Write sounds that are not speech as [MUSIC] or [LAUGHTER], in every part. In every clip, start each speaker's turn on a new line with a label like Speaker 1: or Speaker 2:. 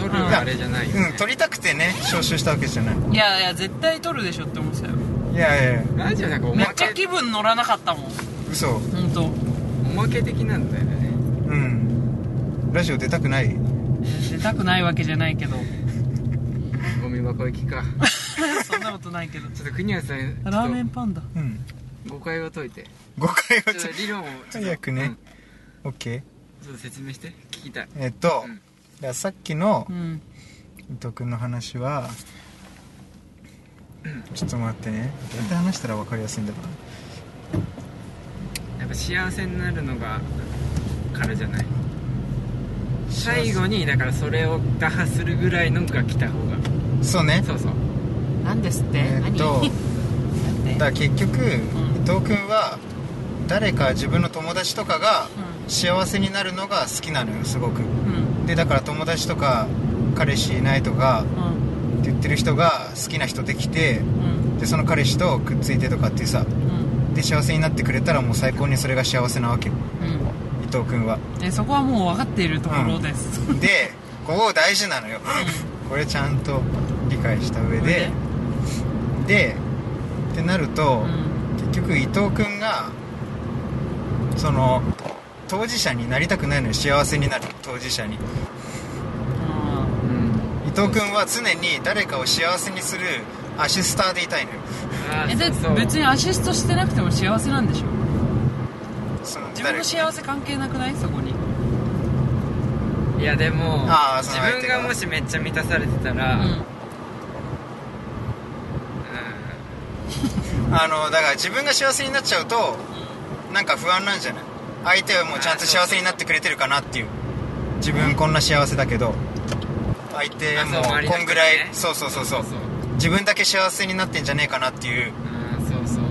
Speaker 1: あれじゃないよ、ね
Speaker 2: うん、取りたくてね招集したわけじゃない
Speaker 3: いやいや絶対撮るでしょって思ってたよ
Speaker 2: いやいや
Speaker 1: ラジオなんかお
Speaker 3: め
Speaker 1: ま
Speaker 3: っ
Speaker 1: け
Speaker 3: ちゃ気分乗らなかったもん
Speaker 2: 嘘
Speaker 3: 本当。
Speaker 1: おまけ的なんだよね
Speaker 2: うんラジオ出たくない
Speaker 3: 出たくないわけじゃないけど
Speaker 1: ゴミ箱行きか
Speaker 3: そんなことないけど
Speaker 1: ちょっと国谷さん
Speaker 3: ラーメン
Speaker 1: ち
Speaker 3: パンダ
Speaker 2: うん
Speaker 1: ょっと誤解を解いて
Speaker 2: 誤解は
Speaker 1: ちょっと理論をちょっと
Speaker 2: 早くね、オッケー
Speaker 1: うんちょっと説明して聞きたい
Speaker 2: えっと、
Speaker 1: うん
Speaker 2: じゃあさっきの
Speaker 3: うん
Speaker 2: 伊藤君の話はちょっと待ってねどうやって話したら分かりやすいんだろうな
Speaker 1: やっぱ幸せになるのがからじゃない最後にだからそれを打破するぐらいのが来た方が
Speaker 2: そうね
Speaker 1: そうそう
Speaker 3: 何ですって
Speaker 2: えーっと
Speaker 3: 何
Speaker 2: だ
Speaker 3: だ
Speaker 2: から結局、伊藤君は誰か自分の友達とかが幸せになるのが好きなのよすご
Speaker 3: う
Speaker 2: く
Speaker 3: んうん
Speaker 2: でだから友達とか彼氏いないとか
Speaker 3: うん
Speaker 2: って言ってる人が好きな人できて
Speaker 3: うん
Speaker 2: でその彼氏とくっついてとかっていうさ
Speaker 3: うん
Speaker 2: で幸せになってくれたらもう最高にそれが幸せなわけ伊藤君は
Speaker 3: うんえそこはもう分かっているところです、うん
Speaker 2: でここ大事なのよこれちゃんと理解した上ででってなると、
Speaker 3: うん
Speaker 2: 結局伊藤君がその当事者になりたくないのに幸せになる当事者に
Speaker 3: あ
Speaker 1: うん
Speaker 2: 伊藤君は常に誰かを幸せにするアシスターでいたいのよ
Speaker 1: あ
Speaker 3: ーえ
Speaker 1: ー
Speaker 3: で
Speaker 1: そう
Speaker 3: 別にアシストしてなくても幸せなんでしょ
Speaker 2: その
Speaker 3: 自分の幸せ関係なくないそこに
Speaker 1: いやでも
Speaker 2: あーそ
Speaker 1: 自
Speaker 2: の相手
Speaker 1: 分
Speaker 2: が
Speaker 1: がもしめっちゃ満たされてたら、
Speaker 3: う
Speaker 1: うん
Speaker 3: ん
Speaker 2: あのだから自分が幸せになっちゃうとなんか不安なんじゃない相手はもうちゃんと幸せになってくれてるかなっていう自分こんな幸せだけど相手
Speaker 1: あそう
Speaker 2: も
Speaker 1: 周りの人
Speaker 2: こんぐらい
Speaker 1: ね
Speaker 2: そうそうそうそう
Speaker 1: そう
Speaker 2: 自分だけ幸せになってんじゃねえかなっていう
Speaker 1: あーそうそう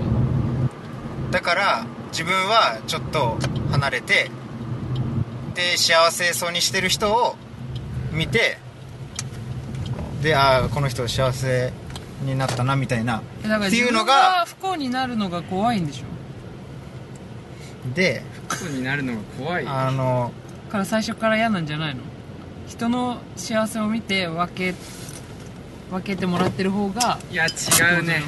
Speaker 2: だから自分はちょっと離れてで幸せそうにしてる人を見てでああこの人幸せになったなみたいな
Speaker 3: えだから
Speaker 2: ってい
Speaker 3: 自
Speaker 2: うの
Speaker 3: 分
Speaker 2: が
Speaker 3: が不幸になるのが怖いんでしょ
Speaker 2: で
Speaker 1: 不幸になるのが怖い
Speaker 2: あの
Speaker 3: だから最初から嫌なんじゃないの人の幸せを見て分け分けてもらってる方が
Speaker 1: いや違うね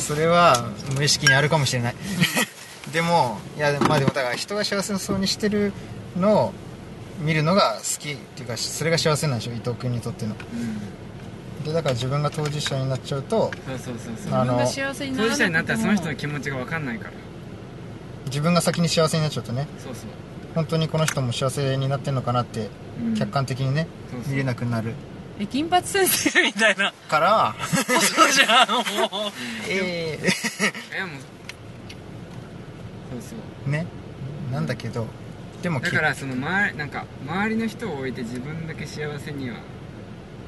Speaker 2: それは無意識にあるかもしれない [LAUGHS] でもいやまあでもだから人が幸せそうにしてるのを見るのが好きっていうかそれが幸せなんでしょ伊藤君にとっての
Speaker 1: うん
Speaker 2: でだから自分が当事者になっちゃうと
Speaker 1: そうそうそうそう
Speaker 2: あ
Speaker 3: 自
Speaker 2: の
Speaker 3: 分が幸せに
Speaker 1: 当
Speaker 3: なら
Speaker 1: 事者になったらその人の
Speaker 3: の
Speaker 1: 気持ちが分かんないから
Speaker 2: 自分が先に幸せになっちゃうとね
Speaker 1: そうそう、
Speaker 2: 本当にこの人も幸せになってんのかなって
Speaker 1: うん
Speaker 2: 客観的にね、
Speaker 1: そうそう
Speaker 2: 見れなくなる
Speaker 3: え金髪先生みたいな [LAUGHS]
Speaker 1: [LAUGHS]
Speaker 2: から
Speaker 3: そうじゃんも
Speaker 2: え
Speaker 1: いやもうそうそう
Speaker 2: ーねなんだけどでも
Speaker 1: だからその周りなんか周りの人を置いて自分だけ幸せには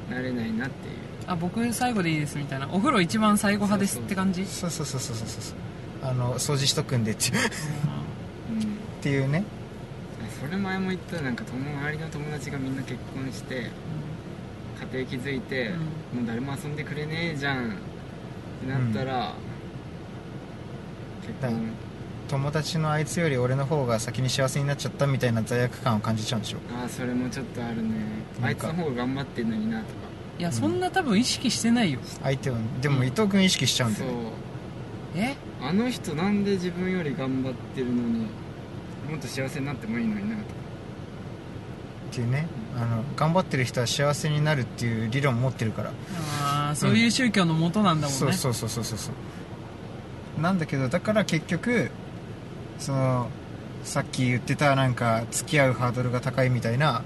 Speaker 1: なれないなっていう
Speaker 3: うあ僕最後でいいですみたいなお風呂一番最後派ですって感じ
Speaker 2: そうそうそうそうそうそうあの掃除しとくんでっていうっ
Speaker 1: うん
Speaker 2: ていうね
Speaker 1: それ前も言ったなんか友周りの友達がみんな結婚して家庭築いて、もう誰も遊んでくれねえじゃんってなったら、結婚
Speaker 2: 友達のあいつより俺の方が先に幸せになっちゃったみたいな罪悪感を感じちゃうんでしょ
Speaker 1: ああそれもちょっとあるねあ
Speaker 2: なん
Speaker 1: いつの
Speaker 2: か
Speaker 1: 方が頑張ってんのになとか
Speaker 3: いやそんな多分意識してないよ
Speaker 2: 相手をでも伊藤君意識しちゃうんだ
Speaker 1: そう
Speaker 2: よ、ね
Speaker 3: え
Speaker 1: あの人なんで自分より頑張ってるのにもっと幸せになってもいいのになとか
Speaker 2: っていうねあの頑張ってる人は幸せになるっていう理論持ってるから
Speaker 3: あーそういう宗教のもとなんだもんね
Speaker 2: そうそうそうそうそうそうなんだけどだから結局そのさっき言ってたなんか付き合うハードルが高いみたいな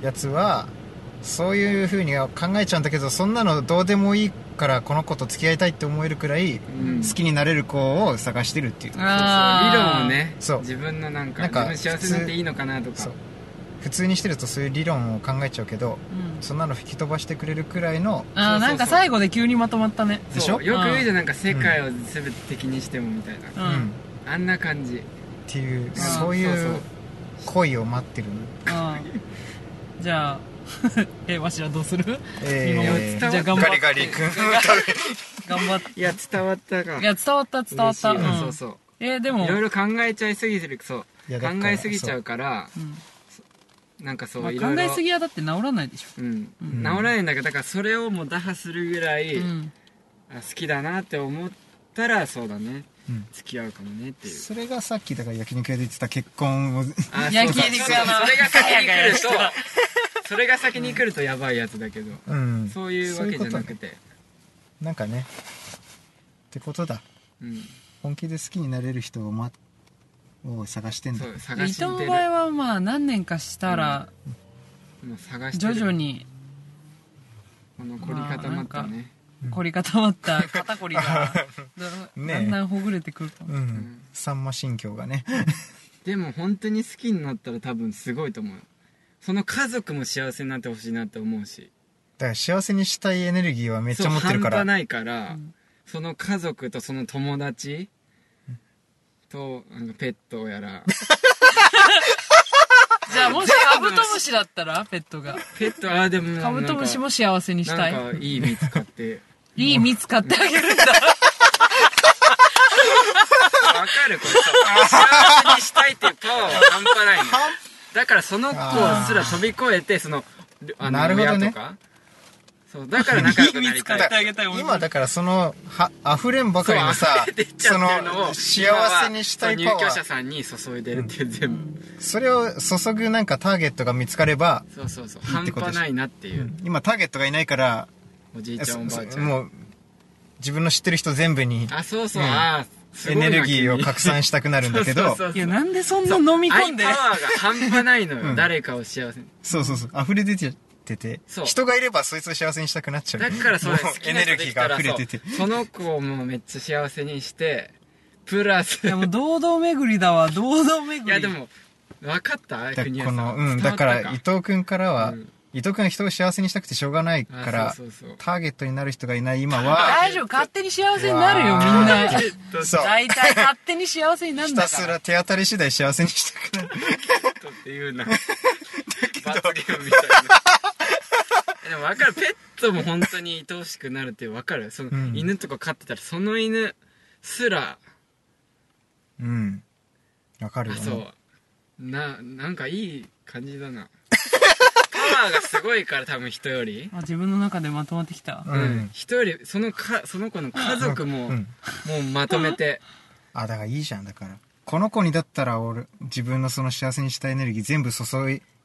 Speaker 3: うん
Speaker 2: やつはそういう風に考えちゃうんだけどそんなのどうでもいいからこの子と付き合いたいって思えるくらい
Speaker 1: うん
Speaker 2: 好きになれる子を探してるっていう
Speaker 3: あ
Speaker 1: そう
Speaker 3: ー
Speaker 1: 理論をね
Speaker 2: そう
Speaker 1: 自分のなんか
Speaker 2: なんか
Speaker 1: 自分幸せになっていいのかなとか
Speaker 2: そう普通にしてるとそういう理論を考えちゃうけど
Speaker 3: うん
Speaker 2: そんなの吹き飛ばしてくれるくらい
Speaker 1: そ
Speaker 2: の
Speaker 1: う
Speaker 3: あ
Speaker 1: そ
Speaker 3: ー
Speaker 1: うそう
Speaker 3: なんか最後で急にまとまったね
Speaker 2: でしょ
Speaker 1: そうよく言うじゃんなんか世界を全て敵にしてもみたいな、
Speaker 3: う、
Speaker 2: うんん、
Speaker 1: あんな感じ
Speaker 2: っていう
Speaker 3: あ
Speaker 2: そうい
Speaker 1: そう
Speaker 2: う恋を待ってる
Speaker 3: あーじゃあ [LAUGHS] えわしはどうする
Speaker 2: え
Speaker 3: 見守っ
Speaker 1: 伝わ
Speaker 3: じゃあ頑張っ
Speaker 2: ガリガリ君
Speaker 3: 頑張っ
Speaker 1: い
Speaker 3: て
Speaker 1: や伝わったか
Speaker 3: いや伝わった伝わった、
Speaker 1: 嬉しいよそううんそう
Speaker 3: えーで
Speaker 1: い
Speaker 3: も
Speaker 1: ろいろ考えちゃいすぎてるそう
Speaker 2: いやだか
Speaker 1: 考
Speaker 2: ら
Speaker 1: えすぎちゃうから
Speaker 3: うん
Speaker 1: なんかそ
Speaker 3: まあ
Speaker 1: ういろ
Speaker 3: 考
Speaker 1: いろ
Speaker 3: えすぎはだって治らないでしょ
Speaker 1: うん、
Speaker 3: う
Speaker 1: 治
Speaker 3: ん
Speaker 1: らないんだけどだからそれをもう打破するぐらい、
Speaker 3: うん
Speaker 1: あ好きだなって思ったらそうだね
Speaker 2: うん
Speaker 1: 付き合うかもねっていう
Speaker 2: それがさっきだから焼肉屋で言ってた結婚を
Speaker 1: あ
Speaker 3: 焼
Speaker 1: そうそう
Speaker 3: 肉屋の
Speaker 1: それが先に来る
Speaker 3: [LAUGHS]
Speaker 1: とそれが先に来るとやばいやつだけど
Speaker 2: うん
Speaker 1: そういうわけじゃなくて
Speaker 2: なんかねってことだ
Speaker 1: うん
Speaker 2: 本気で好きになれる人を,、ま、を探してんだ
Speaker 1: そう
Speaker 3: で
Speaker 1: 探
Speaker 3: 伊
Speaker 1: して
Speaker 3: 藤
Speaker 1: る
Speaker 3: の場合はまあ何年かしたら
Speaker 1: もう探して
Speaker 3: 徐
Speaker 1: る
Speaker 3: 々に
Speaker 1: この凝り固まったね、
Speaker 3: 凝り固まった肩こりが
Speaker 1: [LAUGHS]
Speaker 3: だ
Speaker 2: ね
Speaker 3: だんだんほぐれてくるかも
Speaker 2: うん、さんま心境がね
Speaker 1: でも本当に好きになったら多分すごいと思うその家族も幸せになってほしいなって思うし
Speaker 2: だから幸せにしたいエネルギーはめっち
Speaker 1: そう
Speaker 2: ゃ持ってるか
Speaker 1: 半
Speaker 2: ら
Speaker 1: 端ないから、
Speaker 3: うん
Speaker 1: その家族とその友達となんかペットやら [LAUGHS]
Speaker 3: じゃあもしカブトムシだったらペットが
Speaker 1: ペットああでも
Speaker 3: カブトムシも幸せにし
Speaker 1: な
Speaker 3: た
Speaker 1: んかな
Speaker 3: い
Speaker 1: んかいい見つかって
Speaker 3: いい見つかってあげるんだ
Speaker 1: わかるこれ幸せにしたいっていうパワーは半端ないのだからその子すら飛び越えてそのあの
Speaker 2: なるほど
Speaker 1: 親
Speaker 2: ね
Speaker 1: とかそうだから仲良くなりた
Speaker 3: 見つか
Speaker 1: い
Speaker 3: ってあげたい俺
Speaker 2: 今だからそのは溢れんばかりのさ
Speaker 1: 溢れてっちゃ
Speaker 2: その
Speaker 1: ってるのを
Speaker 2: 幸せにしたい
Speaker 1: 今
Speaker 2: パ
Speaker 1: はそう入居者
Speaker 2: ワー
Speaker 1: さんに注いでるっていう全部、
Speaker 2: それを注ぐなんかターゲットが見つかれば、
Speaker 1: そうそうそう
Speaker 2: いいっ
Speaker 1: 半
Speaker 2: てことで
Speaker 1: 端
Speaker 2: しょ
Speaker 1: ないなっていう、
Speaker 2: 今ターゲットがいないから
Speaker 1: おじいちゃんおばあち
Speaker 2: そ
Speaker 1: ゃん
Speaker 2: もう自分の知ってる人全部に
Speaker 1: あそうそう、
Speaker 2: うん
Speaker 1: ああす
Speaker 2: エ
Speaker 1: ごいな
Speaker 2: ネルギーを
Speaker 1: 君
Speaker 2: 拡散したくなるんだけど
Speaker 1: [LAUGHS] そうそう
Speaker 3: い
Speaker 1: そう
Speaker 3: やなんでそんな飲み込んで
Speaker 1: 愛パワーが半端ないのよ、
Speaker 2: うん
Speaker 1: 誰かを幸せに
Speaker 2: そうそうそう溢れ出てて
Speaker 1: そう
Speaker 2: 人がいればそいつを幸せにしたくなっちゃう
Speaker 1: だからそれ
Speaker 2: もう
Speaker 1: 好き
Speaker 2: エ
Speaker 1: な人
Speaker 2: ネル
Speaker 1: で
Speaker 2: ギ
Speaker 1: き
Speaker 2: ー
Speaker 1: たら
Speaker 2: が溢れ
Speaker 1: そ
Speaker 2: て
Speaker 1: う
Speaker 2: て
Speaker 1: その子もめっちゃ幸せにしてプラス
Speaker 3: いやもう堂々巡りだわ堂々巡り
Speaker 1: いやでも分かった
Speaker 2: だ
Speaker 1: 国
Speaker 2: こ
Speaker 1: 谷さ
Speaker 2: の
Speaker 1: ん
Speaker 2: うん
Speaker 1: 伝わ
Speaker 2: だ
Speaker 1: った
Speaker 2: から伊藤君からは、
Speaker 1: うん
Speaker 2: 伊藤君は人を幸せにしたくてしょうがない
Speaker 1: あ
Speaker 2: から
Speaker 1: そうそうそう
Speaker 2: ターゲットになる人がいない今
Speaker 1: [LAUGHS]
Speaker 2: は
Speaker 3: 大丈夫勝手に幸せになるよみんな
Speaker 1: えっと
Speaker 2: そう
Speaker 3: 大体勝手に幸せになるん
Speaker 2: ひ
Speaker 3: だ
Speaker 2: た
Speaker 3: から
Speaker 2: すら手当たり次第幸せにした
Speaker 1: [LAUGHS]
Speaker 2: くなる
Speaker 1: ペットっていうな罰ゲームみたい
Speaker 2: [LAUGHS]
Speaker 1: なでも分かるペットも本当に愛おしくなるって分かるその、
Speaker 2: うん
Speaker 1: 犬とか飼ってたらその犬すら
Speaker 2: うんわかる
Speaker 1: あ
Speaker 2: よ、ね、
Speaker 1: そうななんかいい感じだ
Speaker 2: [LAUGHS]
Speaker 1: なパワーがすごいから多分人より
Speaker 3: あ自分の中でまとまってきた
Speaker 2: うん
Speaker 1: 人よりそのかその子の家族も、
Speaker 2: うん
Speaker 1: もうまとめて
Speaker 2: あだからいいじゃんだからこの子にだったら俺自分のその幸せにしたエネルギー全部注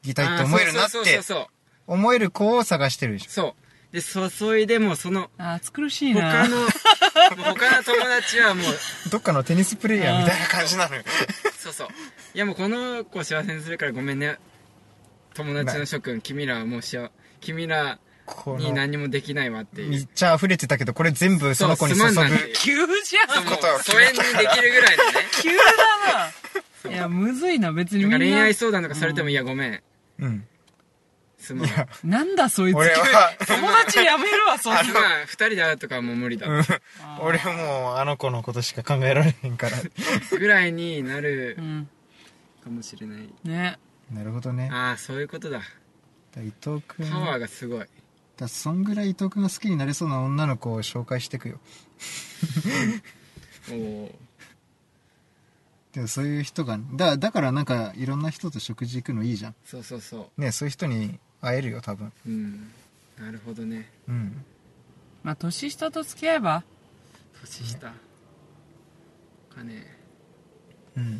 Speaker 2: ぎたいって思えるなっ
Speaker 1: そうそう
Speaker 2: て
Speaker 1: そうそう
Speaker 2: 思える子を探してるでしょ
Speaker 1: そうで注いでもその
Speaker 3: あ暑苦しいな
Speaker 1: 他のもう他の友達はもう [LAUGHS]
Speaker 2: どっかのテニスプレイヤーみたいな感じなのよ
Speaker 1: そうそういやもうこの子幸せにするからごめんね友達の諸君君らはもうしあ君ら
Speaker 2: こ
Speaker 1: に
Speaker 2: の
Speaker 1: 何もできないわっていう
Speaker 2: めっちゃ溢れてたけどこれ全部その子に注
Speaker 1: そう
Speaker 2: ぐ
Speaker 1: すまんなっていう
Speaker 3: 急じゃん
Speaker 1: もう
Speaker 2: ことは
Speaker 1: 疎遠にできるぐらいのね
Speaker 3: 急だないやむずいな別に
Speaker 1: な
Speaker 3: み
Speaker 1: んか
Speaker 3: んな
Speaker 1: 恋愛相談とかされても、いやごめん
Speaker 2: うん
Speaker 1: すまん
Speaker 2: いや
Speaker 3: なんだそいつ
Speaker 2: 俺は
Speaker 3: 友達やめるわそい
Speaker 1: す
Speaker 3: つ
Speaker 1: まん2人で会うとかはもう無理だ
Speaker 2: 俺もうあの子のことしか考えられへんから
Speaker 1: ぐらいになる
Speaker 3: うん
Speaker 1: かもしれない
Speaker 3: ね
Speaker 2: [LAUGHS] なるほどねだか
Speaker 1: ああそういうことだ
Speaker 2: ら伊藤君
Speaker 1: パワ
Speaker 2: だか
Speaker 1: ーがすごい
Speaker 2: らそんぐらい伊藤君が好きになれそうな女の子を紹介していくよ
Speaker 1: おお
Speaker 2: でもそういう人がだだからなんかいろんな人と食事行くのいいじゃん
Speaker 1: そうそうそ
Speaker 2: ねそういう人に会えるよ多分
Speaker 1: ううんなるほどね
Speaker 2: うん
Speaker 3: まあ年下と付き合えば
Speaker 1: 年下かね
Speaker 2: うん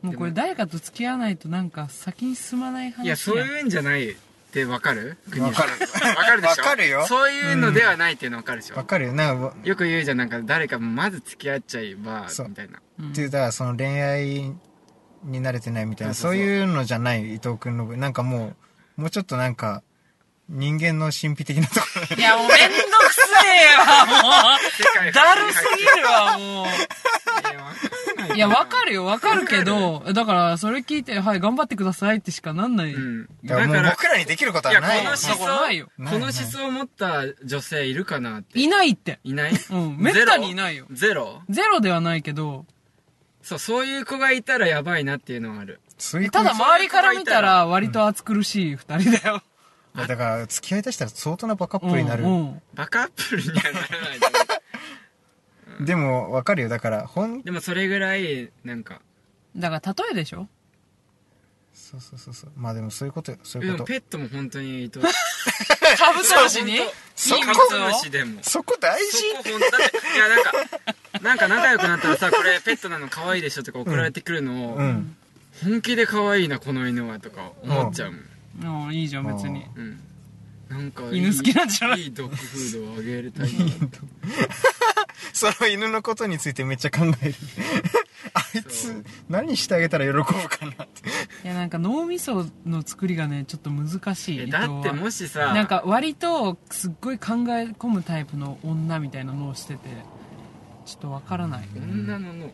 Speaker 3: もうこれ誰かと付き合わないとなんか先に進まない話
Speaker 1: いやそう
Speaker 3: う
Speaker 1: いうんじゃないってわかる
Speaker 2: わかる
Speaker 1: [LAUGHS] わかるでしょ
Speaker 2: わかるよ
Speaker 1: そういうのではないっていうのわかるでし
Speaker 2: わ
Speaker 1: ょ、
Speaker 2: かるよなんかわ
Speaker 1: よく言うじゃんなんか誰かまず付き合っちゃえば
Speaker 2: そう
Speaker 1: みたい
Speaker 2: [LAUGHS]
Speaker 1: な
Speaker 3: うん
Speaker 2: っていうだからその恋愛に慣れてないみたいな
Speaker 1: そ
Speaker 2: そう
Speaker 1: そう
Speaker 2: う
Speaker 1: そう
Speaker 2: いうのじゃない伊藤君のなんかもうもうちょっとなんか人間の神秘的なところ
Speaker 3: いやもうめんどくせえわも
Speaker 1: 世界
Speaker 3: うだるすぎるわもう
Speaker 1: ぎ
Speaker 3: いやわか
Speaker 1: る
Speaker 3: るよわかるけどだからそれ聞いてはい頑張ってくださいってしかなんない、
Speaker 1: うんだ
Speaker 2: だから
Speaker 1: か
Speaker 2: もう
Speaker 1: ら
Speaker 2: 僕らにできることはない
Speaker 1: いやこの
Speaker 3: だ
Speaker 1: 人
Speaker 3: からないよ
Speaker 2: ない
Speaker 1: この思想を持った女性いるかなって
Speaker 3: いないって
Speaker 1: いない
Speaker 3: うんめったにいないよ
Speaker 1: ゼロ
Speaker 3: ゼロではないけど
Speaker 1: そうそういう子がいたらやばいなっていうのはある
Speaker 2: そういうこ
Speaker 3: た
Speaker 2: と
Speaker 3: だ周りから見たら割と暑苦しい二人
Speaker 1: [LAUGHS]
Speaker 3: だよ、
Speaker 2: だから付き合いだしたら相当なバカ
Speaker 3: う
Speaker 2: ップになる、
Speaker 3: うん
Speaker 1: バカップルにはならないと思う
Speaker 2: でもわかるよだからほん
Speaker 1: でもそれぐらいなんか [LAUGHS]
Speaker 3: だから例えでしょ
Speaker 2: そうそうそうそうまあでもそういうことよそう
Speaker 1: で
Speaker 2: いうこ
Speaker 1: も
Speaker 2: と
Speaker 1: ペットも本当にいとしい
Speaker 3: カブトムシにいい
Speaker 2: そこ
Speaker 1: カブトムシでも
Speaker 2: そこ大事
Speaker 1: そこほんとだっていやなんかなんか仲良くなったらさこれペットなの可愛いでしょとか送られてくるのを、
Speaker 2: うん [LAUGHS]
Speaker 1: 本気で可愛いなこの犬はとか思っちゃうもん、
Speaker 3: うんいいじゃん別に
Speaker 1: うんなんかいい
Speaker 3: 犬好きなんじゃない
Speaker 1: いいドッグフードをあげれた
Speaker 3: [LAUGHS]
Speaker 1: いな
Speaker 2: その犬のことについてめっちゃ考えるあい
Speaker 1: そ
Speaker 2: つ
Speaker 1: う
Speaker 2: 何してあげたら喜ぶかなって
Speaker 3: いやなんか脳みその作りがねちょっと難しい
Speaker 1: え
Speaker 3: 伊藤
Speaker 1: だって
Speaker 3: は
Speaker 1: もしさ
Speaker 3: なんか割とすっごい考え込むタイプの女みたいなのをしててちょっとわからない
Speaker 1: 女のの
Speaker 3: い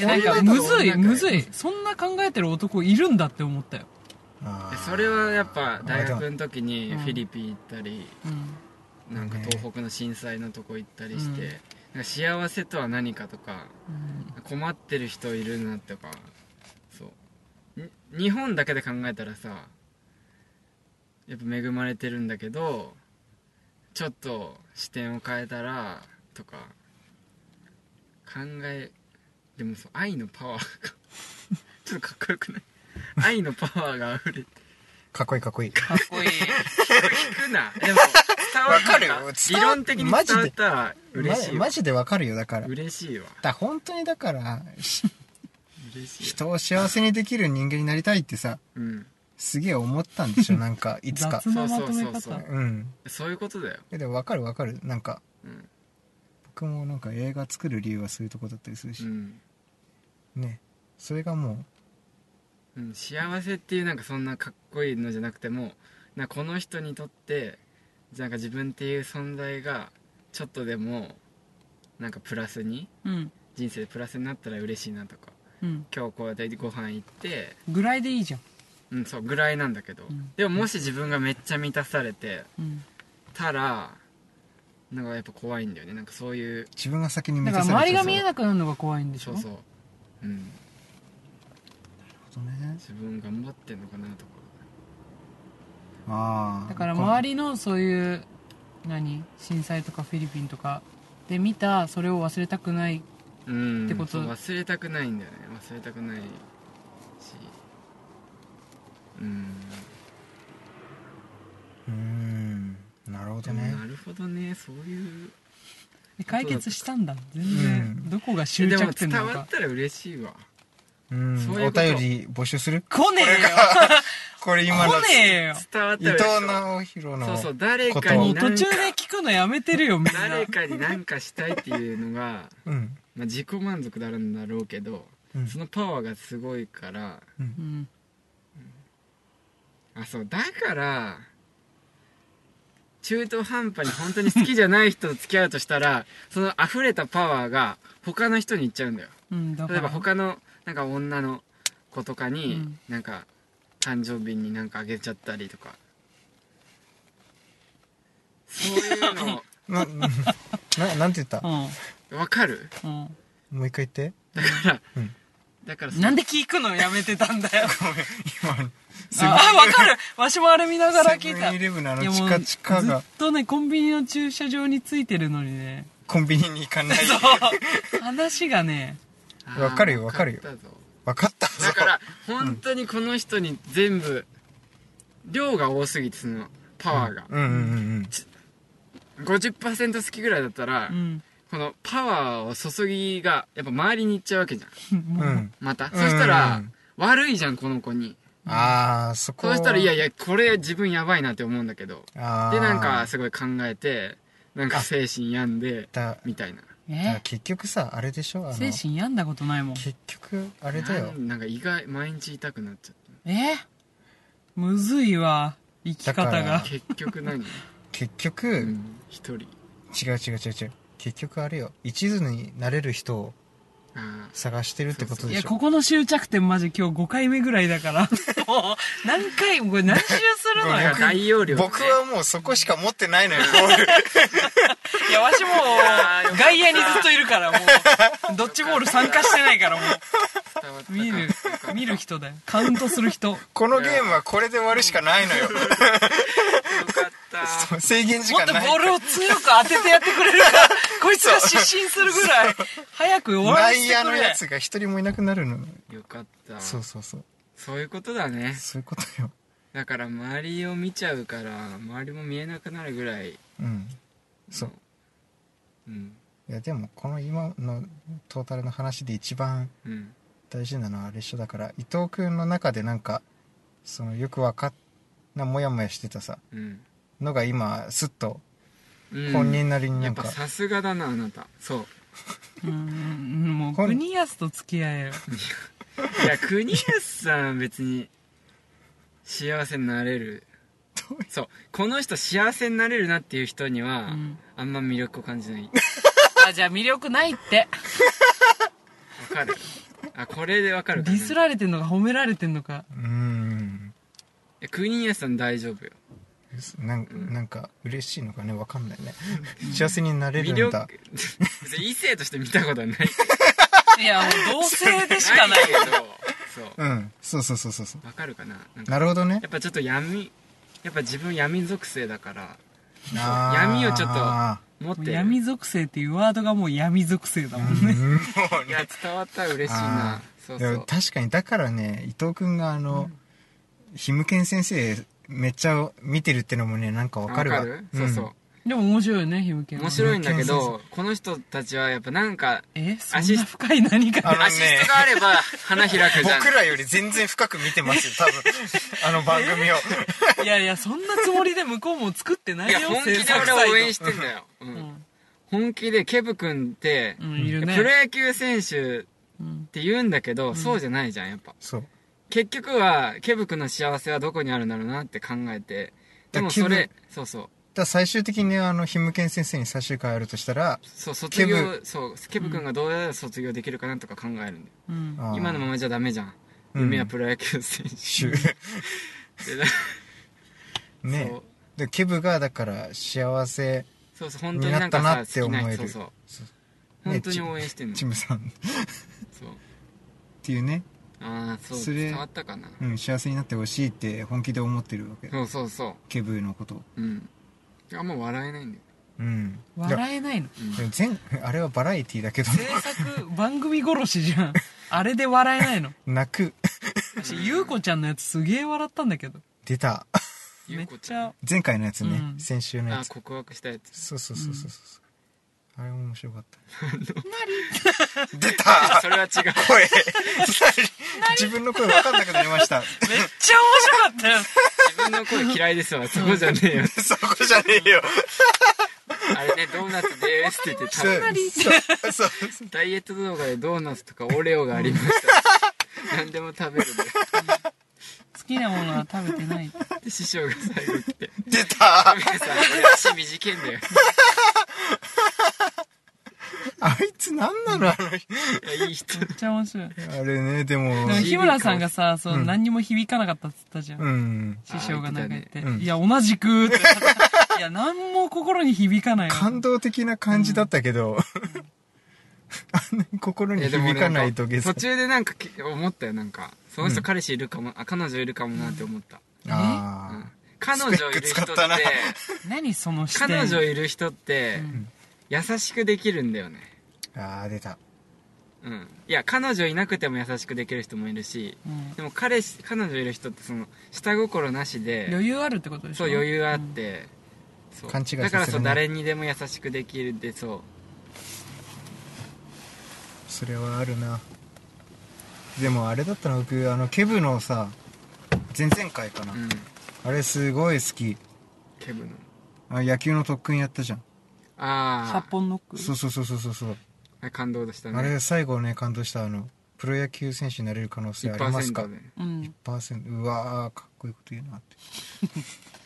Speaker 3: やなんかむず
Speaker 1: 女
Speaker 3: い
Speaker 1: かよ
Speaker 3: むずいそんな考えてる男いるんだって思ったよ、
Speaker 2: あ
Speaker 1: え
Speaker 2: ー
Speaker 1: それはやっぱ大学の時に
Speaker 3: うん
Speaker 1: フィリピン行ったり、
Speaker 3: うん、
Speaker 1: なんか東北の震災のとこ行ったりして、なんか幸せとは何かとか
Speaker 3: うん
Speaker 1: 困ってる人いるなとかそうに日本だけで考えたらさやっぱ恵まれてるんだけどちょっと視点を変えたらとか考えでもそう愛のパワーが [LAUGHS] ちょっとかっこよくない愛のパワーが溢れて
Speaker 2: かっこいいかっこいい
Speaker 3: かっこいい
Speaker 1: 聞くなでも伝わ
Speaker 2: わ
Speaker 1: っ
Speaker 2: か
Speaker 1: た
Speaker 2: るよ
Speaker 1: 理
Speaker 2: 伝わ
Speaker 1: 論的に伝わったら嬉しい
Speaker 2: マジマ
Speaker 1: わ
Speaker 2: ジでわかるよだからだか
Speaker 1: 嬉しいわ
Speaker 2: ら本当にだから [LAUGHS] し
Speaker 1: 嬉しいわ
Speaker 2: 人を幸せにできる人間になりたいってさ
Speaker 1: うん
Speaker 2: すげえ思ったんでしょなんか [LAUGHS] いつか
Speaker 3: 雑なま
Speaker 1: そう
Speaker 3: とめ
Speaker 1: そう
Speaker 3: 方
Speaker 1: そうそう
Speaker 2: うん
Speaker 1: そういうことだよ
Speaker 2: えでもわかるわかるなんか
Speaker 1: うん、
Speaker 2: 僕もなんか映画作る理由はそういうとこだったりする
Speaker 1: う
Speaker 2: し、
Speaker 1: ん
Speaker 2: ねそれがもう
Speaker 1: うん、幸せっていうなんかそんなかっこいいのじゃなくてもなんかこの人にとってなんか自分っていう存在がちょっとでもなんかプラスに
Speaker 3: うん
Speaker 1: 人生でプラスになったら嬉しいなとか
Speaker 3: うん
Speaker 1: 今日こうやってご飯行って、
Speaker 3: ぐらいでいいじゃん、
Speaker 1: うん、そうぐらいなんだけど、
Speaker 3: うん
Speaker 1: でももし自分がめっちゃ満たされて
Speaker 3: うん、
Speaker 1: たらなんかやっぱ怖いんだよねなんかそういう
Speaker 2: 自分が先に
Speaker 3: だ
Speaker 2: 満
Speaker 3: か
Speaker 2: た
Speaker 3: ら
Speaker 2: さ
Speaker 3: 周
Speaker 2: れち
Speaker 3: り
Speaker 2: ゃ
Speaker 3: が
Speaker 2: う
Speaker 3: 見えなくなるのが怖いんでし
Speaker 1: そ
Speaker 3: ょ
Speaker 1: うそう、うん、
Speaker 2: そうね
Speaker 1: 自分頑張ってんのかなとか
Speaker 2: ああ
Speaker 3: だから周
Speaker 2: り
Speaker 3: りのそういう何震災とかフィリピンとかで見たそれを忘れたくない
Speaker 1: うん
Speaker 3: ってこと
Speaker 1: そう忘れたくないんだよね忘れたくないしうん、
Speaker 2: うーんなるほ
Speaker 1: で
Speaker 2: ど
Speaker 1: も
Speaker 2: ね
Speaker 1: なるほどねそういう
Speaker 3: 解決したんだ全
Speaker 2: う
Speaker 3: 然
Speaker 2: ん
Speaker 3: どこが終
Speaker 1: でも
Speaker 3: 着点
Speaker 1: 伝
Speaker 3: なの
Speaker 1: わ
Speaker 3: か
Speaker 1: ったら嬉しいわ
Speaker 2: うん
Speaker 1: そうい
Speaker 2: お
Speaker 1: うこと
Speaker 2: 便り募集する
Speaker 3: 来ねえよ
Speaker 2: これ今の
Speaker 3: [LAUGHS] 来ねえよ
Speaker 1: 伝わっ
Speaker 2: 伊
Speaker 1: たら
Speaker 2: 藤
Speaker 1: 嬉しいわ
Speaker 2: 直弘の
Speaker 1: そうそう誰
Speaker 2: こと
Speaker 1: か
Speaker 3: も
Speaker 1: に
Speaker 3: う
Speaker 1: 何か
Speaker 3: 途中で聞くのやめてるよみんな
Speaker 1: 誰かに何かしたいっていうのが、
Speaker 2: うん
Speaker 1: まあ、自己満足だるんだろうけど
Speaker 2: うん
Speaker 1: そのパワーがすごいから
Speaker 3: うん
Speaker 1: あそうだから中途半端に本当に好きじゃない人と付き合うとしたら [LAUGHS] その溢れたパワーが他の人に行っちゃうんだよ
Speaker 3: うんだか
Speaker 1: 例えば
Speaker 3: ら
Speaker 1: 他のなんか女の子とかに、
Speaker 3: うん
Speaker 1: なんか誕生日になんかあげちゃったりとかそういうの
Speaker 2: なななんて言った
Speaker 3: う
Speaker 1: わかる
Speaker 3: んうん
Speaker 2: もう一回言って
Speaker 1: だから、
Speaker 2: うん
Speaker 1: だから
Speaker 3: なんで聞くのやめてたんだ [LAUGHS] よ
Speaker 2: 今
Speaker 3: ああわかるわしもあれ見ながら聞い
Speaker 2: セ
Speaker 3: た
Speaker 2: ブンイレブンのあの
Speaker 3: いや
Speaker 2: チ
Speaker 3: もう
Speaker 2: カチカ
Speaker 3: ずっ
Speaker 2: が
Speaker 3: とねコンビニの駐車場についてるのに [LAUGHS] ね
Speaker 2: コンビニに行かない
Speaker 3: 話がね
Speaker 1: あー
Speaker 2: わかるよわかるよ
Speaker 1: わったぞ
Speaker 2: 分かった
Speaker 1: だから本当にこの人に全部量が多すぎてそのパワーが、
Speaker 2: うんうんうん
Speaker 1: 50%好きぐらいだったら、
Speaker 3: うん
Speaker 1: このパワーを注ぎがやっぱ周りに行っちゃうわけじゃん
Speaker 2: うん
Speaker 3: も
Speaker 2: う
Speaker 3: うん
Speaker 1: また、
Speaker 2: ん
Speaker 1: そしたら悪いじゃんこの子に
Speaker 2: ああそこ
Speaker 1: そうしたらいやいやこれ自分やばいなって思うんだけど
Speaker 2: あー
Speaker 1: でなんかすごい考えてなんか精神病んで
Speaker 2: だ
Speaker 1: みたいな
Speaker 2: だから
Speaker 3: え
Speaker 2: 結局さあれでしょあの
Speaker 3: 精神病んだことないもん
Speaker 2: 結局あれだよ
Speaker 1: なんなんか意外毎日痛くなっちゃっ
Speaker 3: えむずいわ生き方
Speaker 2: だから
Speaker 3: が
Speaker 1: た
Speaker 2: [LAUGHS]
Speaker 1: 結局何、
Speaker 2: 結局、
Speaker 1: うん、一人
Speaker 2: 違う違う違う違う結局あれよ一途になれる人を
Speaker 1: あ
Speaker 2: 探してるってこと
Speaker 3: い
Speaker 2: で
Speaker 3: や
Speaker 2: しょ
Speaker 3: ここの終着点マジ今日5回目ぐらいだからもう [LAUGHS] 何回もこれ何周する
Speaker 1: あ
Speaker 3: の
Speaker 1: なん
Speaker 3: よ
Speaker 1: か大容量、ね、
Speaker 2: 僕はもうそこしか持ってない
Speaker 3: [LAUGHS]
Speaker 2: のよゴール
Speaker 3: いやわしも
Speaker 1: やーよかった
Speaker 3: う外野にずっといるからも
Speaker 2: [LAUGHS]
Speaker 3: うドッジボール参加してないからも
Speaker 1: 伝わったか
Speaker 3: う見る見る人だよカウントす
Speaker 1: [LAUGHS]
Speaker 3: る人
Speaker 2: このゲームはこれで終わるしかないのよ
Speaker 1: よかった
Speaker 2: 制限時
Speaker 3: もっ
Speaker 2: 間
Speaker 3: と
Speaker 2: ない
Speaker 3: ボールを強く当ててやってくれる
Speaker 1: [LAUGHS]
Speaker 3: からこいつが失神するぐらい早く終わらせ
Speaker 2: 内
Speaker 3: て
Speaker 2: 野
Speaker 3: く
Speaker 2: の
Speaker 3: れ
Speaker 2: やつが一人もいなくなるの
Speaker 1: よかった
Speaker 2: そうそうそう
Speaker 1: そういうことだね
Speaker 2: そういうことよ
Speaker 1: だから周りを見ちゃうから周りも見えなくなるぐらい
Speaker 2: うんそう
Speaker 1: うん
Speaker 2: いやでもこの今のトータルの話で一番
Speaker 1: うん
Speaker 2: 大事なのはあれ一緒だから伊藤君の中でなんかそのよくわかっなモヤモヤしてたさ
Speaker 1: うん、
Speaker 2: のが今すっと
Speaker 1: うん、
Speaker 2: 本人なりにな
Speaker 1: やっ
Speaker 2: んか、
Speaker 1: ぱさすがだなあなたそう
Speaker 3: うんもう
Speaker 2: これ
Speaker 3: 国安と付き合えよ
Speaker 1: いや国安さん別に幸せになれる
Speaker 2: どうい
Speaker 1: そうこの人幸せになれるなっていう人には、
Speaker 3: うん
Speaker 1: あんま魅力を感じないわ
Speaker 3: あじゃあ魅力ないって
Speaker 1: かるあこれでわかるか
Speaker 3: [LAUGHS] デ
Speaker 1: な
Speaker 3: ィスられてんのか褒められてんのか
Speaker 2: うーん
Speaker 1: いや国安さん大丈夫よ
Speaker 2: なんなんか嬉しいのかねわかんな
Speaker 1: [LAUGHS]
Speaker 2: いね幸せになれ
Speaker 1: 魅
Speaker 2: る
Speaker 1: 力
Speaker 2: ん
Speaker 1: [LAUGHS]
Speaker 2: だ
Speaker 1: 別に異性として見たことはないない
Speaker 3: いやもう同性でしかない
Speaker 1: けどそう
Speaker 2: うんそうそうそうそうそう
Speaker 1: わかるかななんか
Speaker 2: なるほどね
Speaker 1: やっぱちょっと闇やっぱ自分闇属性だから
Speaker 2: あー
Speaker 1: 闇をちょっと持っ
Speaker 3: も
Speaker 1: て
Speaker 3: う
Speaker 1: る
Speaker 3: 闇属性っていうワードがもう闇属性だも
Speaker 1: [LAUGHS]
Speaker 3: んね
Speaker 2: うん
Speaker 1: いや伝わったら嬉しいな
Speaker 2: あ
Speaker 1: そう
Speaker 2: で
Speaker 1: そ
Speaker 2: も
Speaker 1: う
Speaker 2: 確かにだからね伊藤君があの、ひむけん先生めっちゃ見てるってのもねなんかわかるわ
Speaker 1: あそうそう、
Speaker 3: [LAUGHS] でも面白いよねひむけんは
Speaker 1: 面白いんだけ
Speaker 2: うん
Speaker 1: どこの人たちはやっぱなんか
Speaker 3: えそ
Speaker 1: アシ
Speaker 3: ん
Speaker 1: ス
Speaker 3: な深い何
Speaker 2: あ
Speaker 3: か
Speaker 2: のね
Speaker 1: アシストがあれば花開くじゃん
Speaker 2: 僕らより全然深く見てますよ多
Speaker 1: [LAUGHS]
Speaker 2: 分あの番組を
Speaker 3: [LAUGHS] いやいやそんなつもりで向こうも作ってない
Speaker 1: い
Speaker 3: よ
Speaker 1: や本気で
Speaker 3: 制作サイ
Speaker 1: 俺
Speaker 3: ト
Speaker 1: 応援してんだよ、うん
Speaker 3: うん
Speaker 1: 本気でケブ君って、
Speaker 3: うんいるね
Speaker 1: プロ野球選手っ
Speaker 3: うん
Speaker 1: て言うんだけど、そうじゃないじゃんやっぱ
Speaker 2: そう
Speaker 1: 結局はケブ君の幸せはどこにあるんだろうなって考えてでも
Speaker 2: だか
Speaker 1: そ
Speaker 2: らケ
Speaker 1: れそうそう
Speaker 2: だから最終的にあのひむけん先生に最終回やるとしたら
Speaker 1: そう卒業
Speaker 2: ケ
Speaker 1: そうケブ君がどうやら卒業できるかなとか考えるんだよ、
Speaker 3: うん
Speaker 2: あー
Speaker 1: 今のままじゃダメじゃん
Speaker 2: うん
Speaker 1: 夢はプロ野球選
Speaker 2: シュ
Speaker 1: [LAUGHS] 手で、
Speaker 2: ね
Speaker 1: そう
Speaker 2: でケブがだから幸せ
Speaker 1: そうそう本当になんか
Speaker 2: になったな
Speaker 1: さ
Speaker 2: って
Speaker 1: 好き
Speaker 2: 思える
Speaker 1: な人そうそう
Speaker 2: ね
Speaker 1: 本当に応援してんの、
Speaker 2: チムさんっ
Speaker 1: そう
Speaker 2: ていうね、
Speaker 1: ああそう
Speaker 2: それ
Speaker 1: 伝わったかな
Speaker 2: うん、幸せになってほしいって本気で思ってるわけ、
Speaker 1: そうそうそ
Speaker 2: ケブのことを
Speaker 1: ううんあんま笑えないんだよ
Speaker 2: うんだ
Speaker 3: 笑えないの
Speaker 2: でも全あれはバラエティだけど
Speaker 3: 制作番組殺しじゃん [LAUGHS] あれで笑えないの
Speaker 2: 泣く
Speaker 3: 私ゆうこちゃんのやつすげえ笑ったんだけど
Speaker 2: 出た
Speaker 1: ゆ
Speaker 3: め
Speaker 1: う
Speaker 3: っ
Speaker 1: こち
Speaker 3: ち
Speaker 1: ゃん
Speaker 3: ゃ
Speaker 2: 前回のやつね、
Speaker 3: うん
Speaker 2: 先週の
Speaker 1: あ
Speaker 2: や
Speaker 1: ー
Speaker 2: つ
Speaker 1: 告白したやつ [LAUGHS]
Speaker 2: そうそうそうそうそう、あれも面白かった
Speaker 1: それは違う
Speaker 2: 声自分の声分かんなくなりました
Speaker 3: めっちゃ面白かっ
Speaker 1: 自分の声嫌いですわそこじゃねえよ
Speaker 2: そこじゃねえよ
Speaker 1: あれねドーナツですって言って
Speaker 2: そ
Speaker 1: 食べ
Speaker 2: う
Speaker 1: る
Speaker 2: そうそう
Speaker 1: ダイエット動画でドーナツとかオレオがありました
Speaker 2: [LAUGHS]
Speaker 1: 何でも食べるんで
Speaker 3: たよ好きなものは食べてない
Speaker 1: で師匠が最後来て
Speaker 2: 出た
Speaker 1: 「皆さん俺足短いんだよ
Speaker 2: あいつ何なのあの人」
Speaker 1: いやいい人
Speaker 3: めっちゃ面白いで
Speaker 2: あれねでも
Speaker 3: も日村さんがさそう、
Speaker 2: うん
Speaker 3: 何にも響かなかったっつったじゃん、
Speaker 2: うん
Speaker 3: 師匠がなんか言って「
Speaker 2: あ言ってたねうん
Speaker 3: いや同じく」っていや何も心に響かないわ
Speaker 2: 感動的な感じだったけど、 [LAUGHS] あんなに心
Speaker 1: い
Speaker 2: に
Speaker 1: やでも
Speaker 2: [LAUGHS] 響かないと
Speaker 1: 俺
Speaker 2: ゲ
Speaker 1: んか
Speaker 2: ス
Speaker 1: 途中でなんかき思ったよなんかその人彼氏いるかも、あ彼女いるかもなって思った、う
Speaker 2: あ
Speaker 1: ん彼女いる
Speaker 2: ス
Speaker 1: 人っ
Speaker 2: ペック使
Speaker 1: て
Speaker 2: ったな
Speaker 3: 何その視点
Speaker 1: 彼女いる人って、優しくできるんだよね
Speaker 2: ーあー出た
Speaker 1: うんいや彼女いなくても優しくできる人もいるし
Speaker 3: うん
Speaker 1: でも彼氏彼女いる人ってその下心なしで
Speaker 3: 余裕あるってことでしょ
Speaker 1: そう余裕あって、そう
Speaker 2: 勘違いさせる
Speaker 1: だ
Speaker 2: ね
Speaker 1: からそう誰にでも優しくできるでそう
Speaker 2: それはあるなでもあれだったの僕あのケブのさ前々回かな、
Speaker 1: うん
Speaker 2: あれすごい好き
Speaker 1: ケブの
Speaker 2: あ野球の特訓やったじゃん
Speaker 1: ああ
Speaker 3: 100本ノック
Speaker 2: そうそうそうそうそうそう、
Speaker 1: あれ感動でしたね
Speaker 2: あれ最後ね感動したあのプロ野球選手になれる可能性ありますか
Speaker 1: 1%ね
Speaker 3: うん
Speaker 2: 1%うわーかっこいいこと言うなって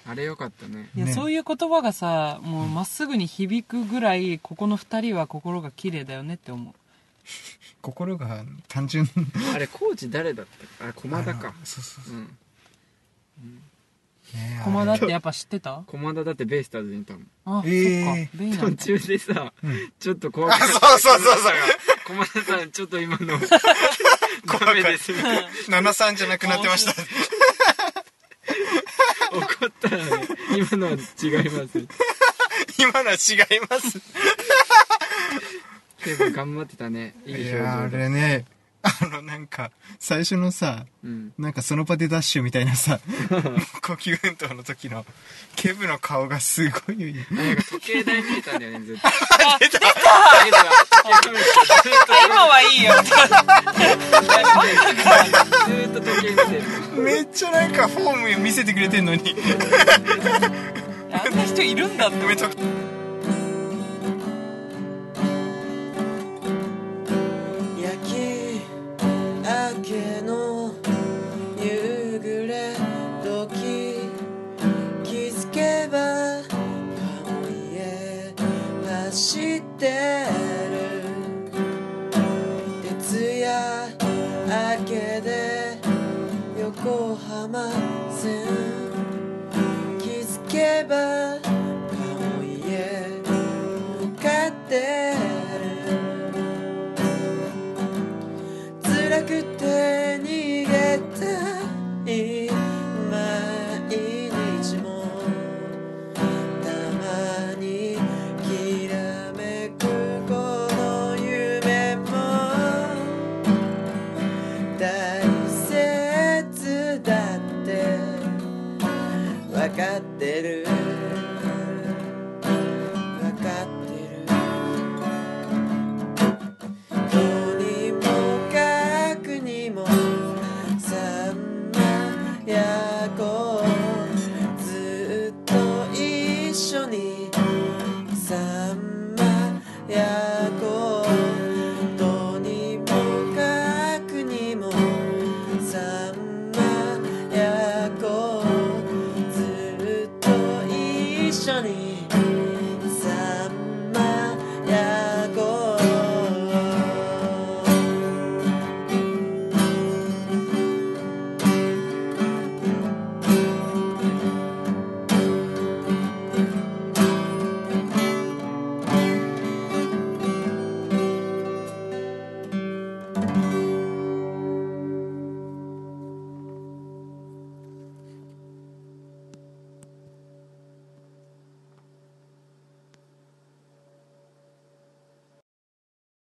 Speaker 1: あれよかったね
Speaker 3: いや、
Speaker 2: ね
Speaker 3: そういう言葉がさもうまっすぐに響くぐらいここの二人は心が綺麗だよねって思
Speaker 2: 心が単純
Speaker 1: あれコーチ誰だったかあ駒田
Speaker 2: あ
Speaker 1: か
Speaker 2: [LAUGHS] のそうそうそううんね
Speaker 3: う
Speaker 2: え
Speaker 3: 駒田っ
Speaker 2: あれ
Speaker 3: てやっぱ知ってた
Speaker 1: 駒田だってベイスターズにいたもん
Speaker 3: あ、
Speaker 2: えー
Speaker 3: そっかベイな
Speaker 1: 途
Speaker 3: んだ
Speaker 1: 中でさ、
Speaker 2: ん
Speaker 1: ちょっと怖かった
Speaker 2: あそうそうそうそう
Speaker 1: 駒田さんちょっと
Speaker 2: [LAUGHS]
Speaker 1: 今のダメですみたいな
Speaker 2: 73じゃなくなってました
Speaker 1: 怒ったら、ね、今のは違います
Speaker 2: 今のは違います
Speaker 1: 結構頑張ってたねいい
Speaker 2: い
Speaker 1: 表
Speaker 2: やあ
Speaker 1: 情で
Speaker 2: れねあの、なんか、最初のさ、
Speaker 1: うん
Speaker 2: なんかその場でダッシュみたいなさ、 [LAUGHS] 呼吸運動の時の、ケブの顔がすごい、
Speaker 1: なんか時計台見えたんだよね絶対
Speaker 2: [LAUGHS] 出た
Speaker 1: だけど時計見え
Speaker 3: 今はいいよ [LAUGHS]
Speaker 1: たずーっと時計
Speaker 2: [LAUGHS]
Speaker 1: 見てる
Speaker 2: めっちゃなんかフォーム見せてくれてんのに。
Speaker 3: あんな人いるんだって
Speaker 2: やめとく
Speaker 4: 焼き明けの夕暮れ時気づけば顔へ走ってる徹夜明けで横浜線気づけば顔へ向かってる辛くて逃げたい毎日もたまにきらめくこの夢も大切だってわかってるわかってるとにもかくにもさんまやこずっと一緒にさんまやこどにもかくにもさんまやこずっと一緒に